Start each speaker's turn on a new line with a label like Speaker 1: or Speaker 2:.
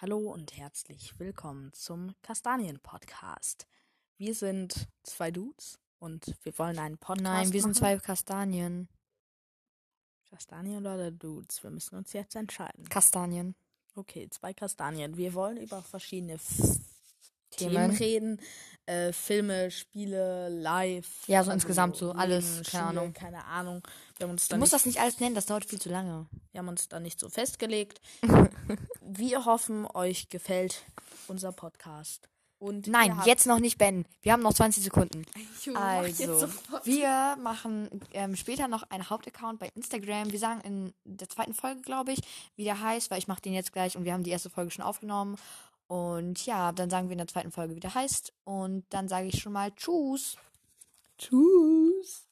Speaker 1: Hallo und herzlich willkommen zum Kastanien-Podcast. Wir sind zwei Dudes und wir wollen einen Podcast
Speaker 2: Nein, wir
Speaker 1: machen.
Speaker 2: sind zwei Kastanien.
Speaker 1: Kastanien oder Dudes. Wir müssen uns jetzt entscheiden.
Speaker 2: Kastanien.
Speaker 1: Okay, zwei Kastanien. Wir wollen über verschiedene F Themen.
Speaker 2: Themen.
Speaker 1: reden. Äh, Filme, Spiele, Live.
Speaker 2: Ja, so insgesamt so alles,
Speaker 1: Leben,
Speaker 2: keine
Speaker 1: Schule,
Speaker 2: Ahnung.
Speaker 1: Keine Ahnung. Wir haben uns
Speaker 2: Du
Speaker 1: da
Speaker 2: musst
Speaker 1: nicht,
Speaker 2: das nicht alles nennen, das dauert viel zu lange.
Speaker 1: wir haben uns da nicht so festgelegt. wir hoffen, euch gefällt unser Podcast. Und
Speaker 2: Nein,
Speaker 1: ihr habt-
Speaker 2: jetzt noch nicht beenden. Wir haben noch 20 Sekunden.
Speaker 1: Junge, mach jetzt
Speaker 2: Also,
Speaker 1: sofort.
Speaker 2: wir machen ähm, später noch einen Hauptaccount bei Instagram. Wir sagen in der zweiten Folge, glaube ich, wie der heißt, weil ich mache den jetzt gleich und wir haben die erste Folge schon aufgenommen. Und ja, dann sagen wir in der zweiten Folge, wie der heißt. Und dann sage ich schon mal Tschüss.
Speaker 1: Tschüss.